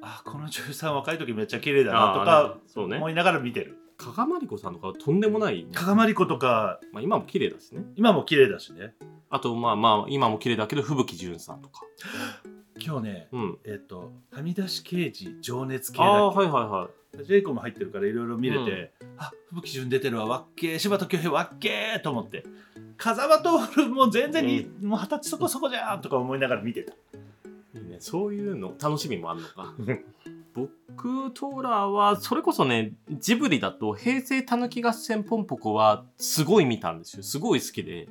Speaker 3: あこの女優さん若い時めっちゃ綺麗だなと
Speaker 1: あ
Speaker 3: か
Speaker 1: ーそうね
Speaker 3: 思いながら見てる、
Speaker 1: 加賀まりこさんとかはとんでもない、ね
Speaker 3: 加賀まりことか
Speaker 1: まあ、今も綺麗だしね
Speaker 3: 今も綺麗だしね
Speaker 1: あとまあまあ今も綺麗だけど吹雪純さんとか
Speaker 3: 今日ね
Speaker 1: うん
Speaker 3: えっ、と「はみ出し刑事情熱系
Speaker 1: あ
Speaker 3: だっ
Speaker 1: あ
Speaker 3: け
Speaker 1: はいはいはい
Speaker 3: ジェイコも入ってるからいろいろ見れて、あ吹雪純出てるわわっけー柴田恭平わっけーと思って風間徹も全然に、もう二十歳そこそこじゃんとか思いながら見てた
Speaker 1: いいね、そういうの楽しみもあるのか僕トーラーはそれこそねジブリだと「平成たぬき合戦ポンポコ」はすごい見たんですよすごい好きで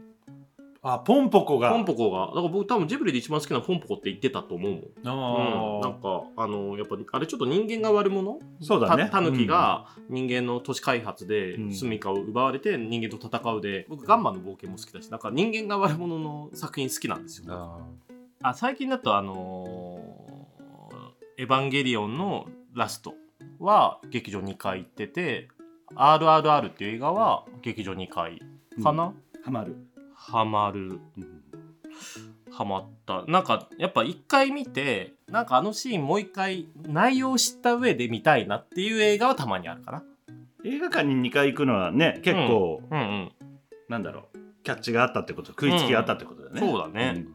Speaker 3: あポンポコが
Speaker 1: ポンポコがだから僕多分ジブリで一番好きなのはポンポコって言ってたと思うもん、うん、な
Speaker 3: あ
Speaker 1: んかあのやっぱあれちょっと人間が悪者
Speaker 3: ーそうだね
Speaker 1: たぬき、が人間の都市開発で
Speaker 3: うん
Speaker 1: 住処を奪われて人間と戦うで僕ガンマの冒険も好きだしなんか人間が悪者の作品好きなんですよ
Speaker 3: うんあ
Speaker 1: あ最近だとあのーエヴァンゲリオン」のラストは劇場2回行ってて「RRR」っていう映画は劇場2回
Speaker 3: ー
Speaker 1: かな、
Speaker 3: うんハマる、
Speaker 1: ハマる
Speaker 3: うん
Speaker 1: ハマったなんかやっぱ1回見てなんかあのシーンもう1回内容を知った上で見たいなっていう映画はたまにあるかな
Speaker 3: 映画館に2回行くのはね結構
Speaker 1: うんうん
Speaker 3: なんだろうキャッチがあったってこと食いつきがあったってことだよね、
Speaker 1: そうだね
Speaker 3: ん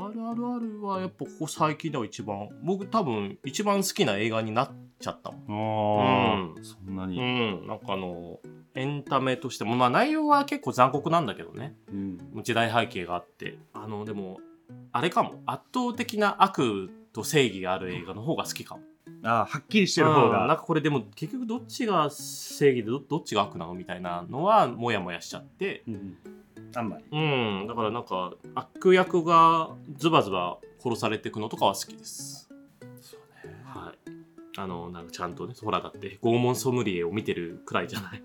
Speaker 1: あるあるあるはやっぱここ最近では一番僕多分一番好きな映画になっちゃったもん
Speaker 3: ああ、
Speaker 1: うん
Speaker 3: そんな
Speaker 1: う
Speaker 3: に、
Speaker 1: んなんかあのエンタメとしてもまあ内容は結構残酷なんだけどね
Speaker 3: うん
Speaker 1: 時代背景があってあのでもあれかも圧倒的な悪と正義がある映画の方が好きかも
Speaker 3: ああはっきりしてる方
Speaker 1: うんなん
Speaker 3: が
Speaker 1: かこれでも結局どっちが正義でどどっちが悪なのみたいなのはモヤモヤしちゃって
Speaker 3: うんあんまり
Speaker 1: うんだからなんか悪役がズバズバ殺されていくのとかは好きです
Speaker 3: そうね
Speaker 1: はいあのなんかちゃんとねほらだって拷問ソムリエを見てるくらいじゃ ない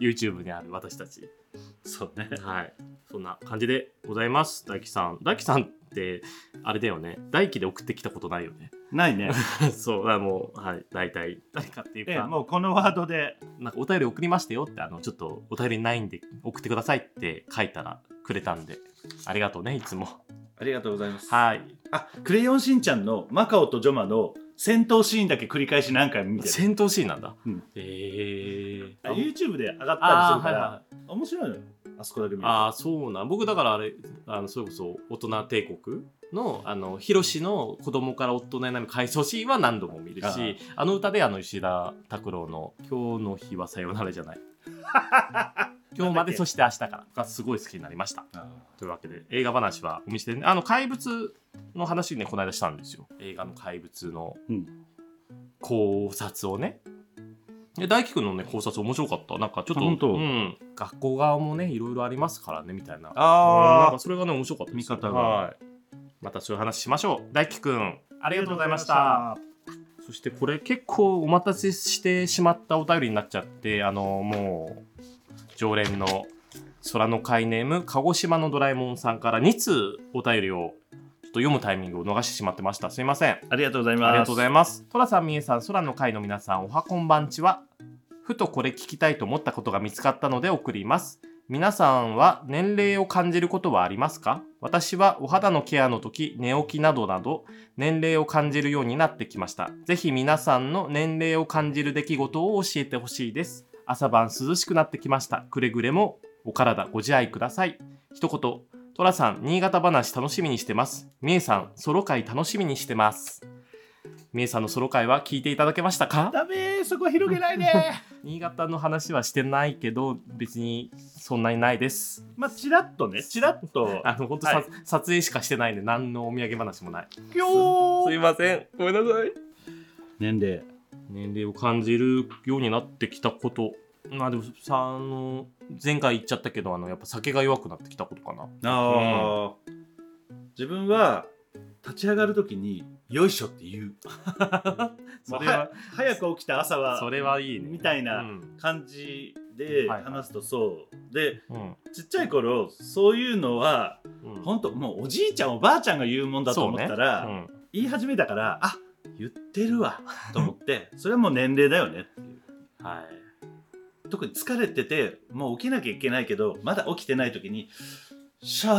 Speaker 1: YouTube にある私たち
Speaker 3: そうね
Speaker 1: はい。そんな感じでございます。大輝さん。大輝さんって、あれだよね。大輝で送ってきたことないよね。
Speaker 3: ないね
Speaker 1: そう、あもう、はい。大体。誰かっていう
Speaker 3: ええ
Speaker 1: か、
Speaker 3: もうこのワードで
Speaker 1: なんかお便り送りましたよって、あの、ちょっとお便りないんで送ってくださいって書いたらくれたんで、ありがとうね、いつ も。
Speaker 3: ありがとうございます
Speaker 1: はい。
Speaker 3: あクレヨンしんちゃんのマカオとジョマの戦闘シーンだけ繰り返し何回も見てる
Speaker 1: 戦闘シーンなんだ。
Speaker 3: うん
Speaker 1: えー。
Speaker 3: あ YouTube で上が
Speaker 1: あ
Speaker 3: ったりする
Speaker 1: ー、は
Speaker 3: か
Speaker 1: い
Speaker 3: ら、
Speaker 1: はい
Speaker 3: 面白いのよあそこだけ見ると
Speaker 1: あーそうなん僕だからあれあのそれこそ大人帝国のあのヒロシの子供から大人になる回想シーンは何度も見る
Speaker 3: あ
Speaker 1: しあの歌であの石田拓郎の「今日の日はさよならじゃ ない」「今日までそして明日から」がすごい好きになりました
Speaker 3: あ
Speaker 1: というわけで映画話はお店で、ね、あの怪物の話ねこの間したんですよ映画の怪物の
Speaker 3: うん
Speaker 1: 考察をね、で大輝くんのね考察面白かったなんかちょっ
Speaker 3: あ本
Speaker 1: と、
Speaker 3: 当
Speaker 1: うん、学校側もねいろいろありますからねみたいなうんなん
Speaker 3: あ
Speaker 1: かそれがね面白かったですよ
Speaker 3: 見方が
Speaker 1: はいまたそういう話しましょう大輝くんあ
Speaker 3: あ
Speaker 1: りがとうございましたそしてこれ結構お待たせしてしまったお便りになっちゃってあのもう常連の空の会ネーム鹿児島のドラえもんさんから2通お便りをちょっと読むタイミングを逃してしまってましたすいません
Speaker 3: ありがとうございます
Speaker 1: ありがとうございます。トラさん、みえさん、空の会の皆さん、おはこんばんちは。ふとこれ聞きたいと思ったことが見つかったので送ります。皆さんは年齢を感じることはありますか私はお肌のケアの時、寝起きなどなど、年齢を感じるようになってきました。ぜひ皆さんの年齢を感じる出来事を教えてほしいです。朝晩涼しくなってきました。くれぐれもお体ご自愛ください。一言、トラさん、新潟話楽しみにしてます。みえさん、ソロ会楽しみにしてます。みえさんのソロ会は聞いていただけましたか
Speaker 3: ダメーそこ広げ ないで
Speaker 1: 新潟の話はしてないけど別にそんなにないです
Speaker 3: まあチラッとねチラッと
Speaker 1: あの本当、
Speaker 3: はい
Speaker 1: さ撮影しかしてないんで何のお土産話もない
Speaker 3: きょ
Speaker 1: すいませんごめんなさい
Speaker 3: 年齢
Speaker 1: 年齢を感じるようになってきたことまあでもさあの前回言っちゃったけどあのやっぱ酒が弱くなってきたことかな
Speaker 3: ああ、自分は立ち上がるときに「よいしょ」って言う
Speaker 1: それ
Speaker 3: もう
Speaker 1: は
Speaker 3: 早く起きた朝
Speaker 1: そ
Speaker 3: は
Speaker 1: れはいいね
Speaker 3: みたいな
Speaker 1: うん
Speaker 3: 感じで
Speaker 1: はい
Speaker 3: 話すとそうで
Speaker 1: うん
Speaker 3: ちっちゃい頃そういうのは
Speaker 1: うん
Speaker 3: 本当もうおじいちゃんおばあちゃんが言うもんだと思ったら、
Speaker 1: そうね
Speaker 3: 言い始めたからあ言ってるわと思って それはもう年齢だよねっていう
Speaker 1: うんはい
Speaker 3: 特に疲れててもう起きなきゃいけないけどまだ起きてない時に「シャー」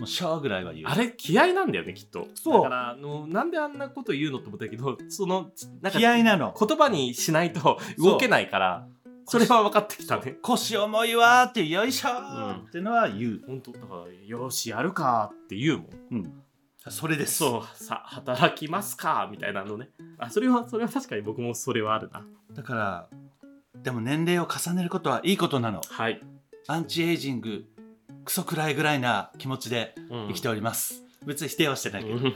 Speaker 3: もう「シャー」ぐらいは言う
Speaker 1: あれ気合いなんだよねきっと
Speaker 3: そう
Speaker 1: だからあのなんであんなこと言うのって思ったけどそのなんか
Speaker 3: 気合なの
Speaker 1: 言葉にしないと動けないからそれは分かってきたね
Speaker 3: 腰重いわーってよいしょ
Speaker 1: う
Speaker 3: ー
Speaker 1: ん
Speaker 3: っていうのは言う、
Speaker 1: 本当だからよしやるかって言うもん
Speaker 3: それです
Speaker 1: そうさ働きますかみたいなのねあそれはそれは確かに僕もそれはあるな
Speaker 3: だからでも年齢を重ねることはいいことなの
Speaker 1: はい、
Speaker 3: アンチエイジングクソくらいぐらいな気持ちで
Speaker 1: うん
Speaker 3: 生きております、別に否定はしてないけど、
Speaker 1: うん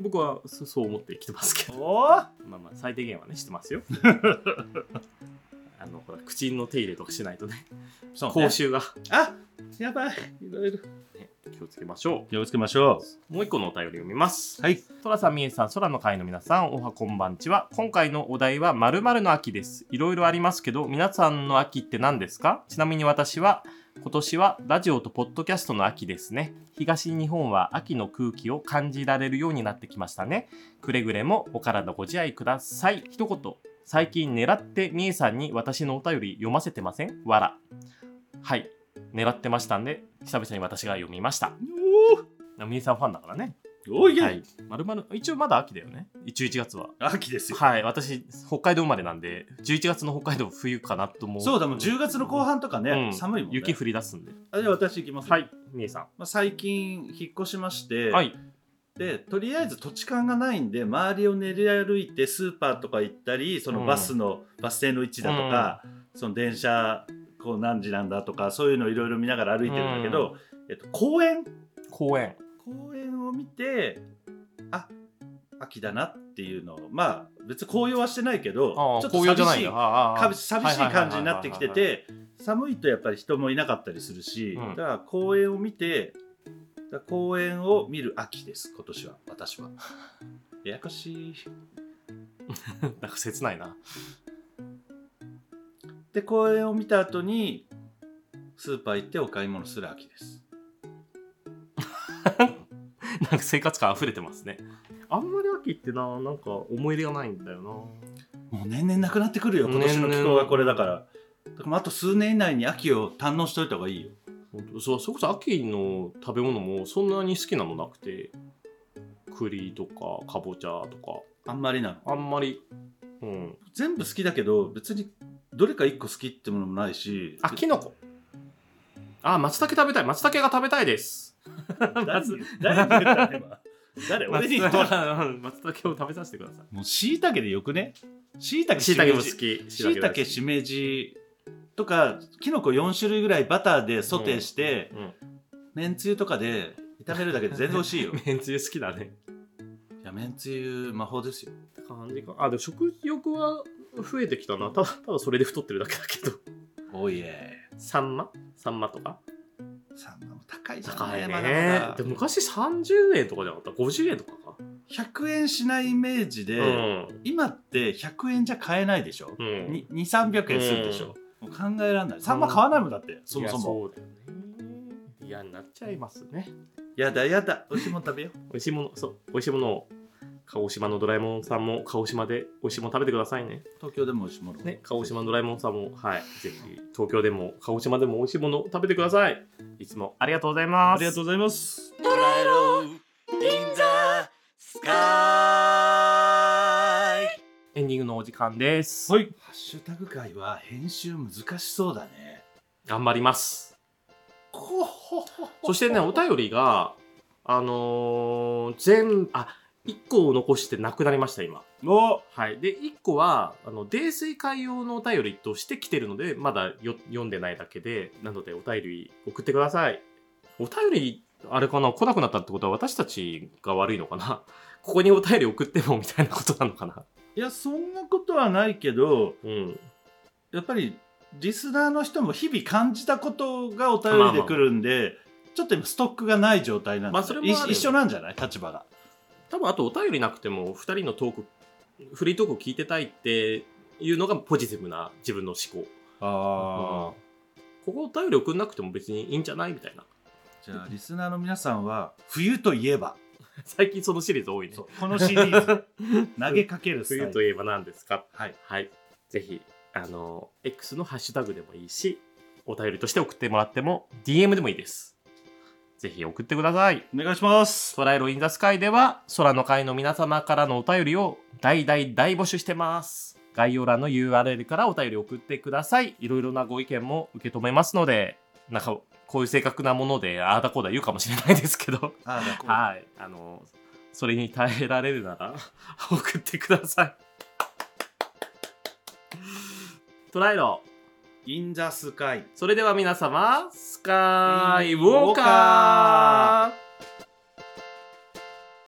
Speaker 1: 僕はそそう思って生きてますけど
Speaker 3: おー
Speaker 1: まあまあ最低限はねしてますよ あのほら口の手入れとかしないとね
Speaker 3: そうね
Speaker 1: 口臭が、
Speaker 3: あやばいいろいろ
Speaker 1: ね気をつけましょ
Speaker 3: 気をつけましょ
Speaker 1: うもう一個のお便りを見ます
Speaker 3: うはい
Speaker 1: トラさん、みえさん、空の会の皆さん、おはこんばんちは。今回のお題は〇〇の秋です。いろいろありますけど、皆さんの秋って何ですかちなみに私は、今年はラジオとポッドキャストの秋ですね。東日本は秋の空気を感じられるようになってきましたね。くれぐれもお体ご自愛ください。一言、最近狙ってみえさんに私のお便り読ませてませんわら。はい、狙ってましたんで、久々に私が読みました。みえさんファンだからね。
Speaker 3: おいや、
Speaker 1: はいまるまる一応まだ秋だよね11月は
Speaker 3: 秋ですよ、
Speaker 1: はい私北海道生まれなんで11月の北海道冬かなと思う
Speaker 3: そうだもう10月の後半とか
Speaker 1: う
Speaker 3: ね、
Speaker 1: ん
Speaker 3: 寒いもんね
Speaker 1: 雪降り出すんで
Speaker 3: あじゃあ私行きます、
Speaker 1: はいみえさ
Speaker 3: まあ、最近引っ越しまして、
Speaker 1: んはい
Speaker 3: でとりあえず土地勘がないんで周りを練り歩いてスーパーとか行ったりそのバスの、バス停の位置だとか、その電車こう何時なんだとかそういうのいろいろ見ながら歩いてるんだけど、えっと、公園
Speaker 1: 公園
Speaker 3: 公園を見てあ秋だなっていうのをまあ別に紅葉はしてないけど
Speaker 1: ああ
Speaker 3: ちょっと
Speaker 1: 紅葉じゃ
Speaker 3: 寂
Speaker 1: な
Speaker 3: し
Speaker 1: い
Speaker 3: い
Speaker 1: んだああああ
Speaker 3: 寂し寂しい感じになってきて
Speaker 1: はいはい
Speaker 3: て寒いとやっぱり人もいなかったりするし、
Speaker 1: うん
Speaker 3: だから公園を見てだから公園を見る秋です今年は私 は。ややこしい。
Speaker 1: はいはいなんか切ない な
Speaker 3: で公園を見た後にスーパー行ってお買い物する秋です。
Speaker 1: なんか生活感溢れてますねあんまり秋ってななんか思い入れがないんだよな
Speaker 3: もう年々なくなってくるよ今年の気候がこれだから。だからあと数年以内に秋を堪能しといた方がいいよ。
Speaker 1: 本当そうそれこそ秋の食べ物もそんなに好きなのなくて栗とかかぼちゃとか
Speaker 3: あんまりなの。
Speaker 1: あんまりうん
Speaker 3: 全部好きだけど別にどれか一個好きってものもないし
Speaker 1: あきのこあ松茸食べたい松茸が食べたいです
Speaker 3: 誰に誰に言ったの今誰俺に 言ったの
Speaker 1: 松茸を食べさせてくださ
Speaker 3: もうしいたけでよくねしいたけ
Speaker 1: いしいたけも好き
Speaker 3: しいたけ
Speaker 1: し
Speaker 3: しめじとかきのこ4種類ぐらいバターでソテーして、
Speaker 1: うん
Speaker 3: めんつゆとかで炒めるだけで全然美味しいよ
Speaker 1: めんつゆ好きだね
Speaker 3: いやめんつゆ魔法ですよ
Speaker 1: 感じかあでも食欲は増えてきたなただただそれで太ってるだけだけど
Speaker 3: おいえ
Speaker 1: サンマサンマとか
Speaker 3: サンマも高いじゃん
Speaker 1: 高い
Speaker 3: まだま
Speaker 1: ね
Speaker 3: だ
Speaker 1: で昔30円とかじゃなかった50円とかか
Speaker 3: 100円しないイメージで、
Speaker 1: うん
Speaker 3: 今って100円じゃ買えないでしょ、
Speaker 1: うん
Speaker 3: に2300円するでしょ、もう考えられないサンマ買わないもんだってそもそも
Speaker 1: いやそうだよね嫌になっちゃいますね
Speaker 3: やだやだ美味しいもん食べよう
Speaker 1: 美味しいものそう美味しいものを鹿児島のドラえもんさんも鹿児島で美味しいもの食べてくださいね
Speaker 3: 東京でも美味しいもの
Speaker 1: ね鹿児島のドラえもんさんもはいぜひ東京でも鹿児島でも美味しいものを食べてくださいいつもありがとうございます
Speaker 3: ありがとうございます
Speaker 2: 捉えろ In the sky
Speaker 1: エンディングのお時間です、
Speaker 3: はい。ハッシュタグ会は編集難しそうだね。
Speaker 1: 頑張ります
Speaker 3: ほほほ
Speaker 1: そしてねお便りがあのー全あ1個を残してなくなりました今
Speaker 3: お
Speaker 1: はい、で1個はあの泥酔会用のお便りとして来てるのでまだよ読んでないだけでなのでお便り送ってくださいお便りあれかな来なくなったってことは私たちが悪いのかな ここにお便り送ってもみたいなことなのかない
Speaker 3: や、そんなことはないけど、
Speaker 1: うん
Speaker 3: やっぱりリスナーの人も日々感じたことがお便りで来るんで、ちょっと今ストックがない状態なんで、
Speaker 1: まあそれもあるよね
Speaker 3: 一緒なんじゃない立場が。
Speaker 1: 多分あとお便りなくても2人のトークフリートークを聞いてたいっていうのがポジティブな自分の思考
Speaker 3: ああ、
Speaker 1: ここお便り送んなくても別にいいんじゃないみたいな
Speaker 3: じゃあリスナーの皆さんは、冬といえば、
Speaker 1: 最近そのシリーズ多いね
Speaker 3: このシリーズ、投げかけるスタ
Speaker 1: 冬
Speaker 3: イ
Speaker 1: と
Speaker 3: ル。
Speaker 1: いえば何ですか
Speaker 3: はい。
Speaker 1: はい。ぜひ、あの、X のハッシュタグでもいいし、お便りとして送ってもらっても、DM でもいいです。ぜひ送ってください。
Speaker 3: お願いします。
Speaker 1: トライロインザスカイでは、空の会の皆様からのお便りを大大大募集してます。概要欄の URL からお便り送ってください。いろいろなご意見も受け止めますので、なんか、こういう正確なもので、ああだこうだ言うかもしれないですけど、
Speaker 3: あーだこう
Speaker 1: はい。あの、それに耐えられるなら、 送ってください。トライロ。
Speaker 3: インザスカイ。
Speaker 1: それでは皆様、スカイウォーカー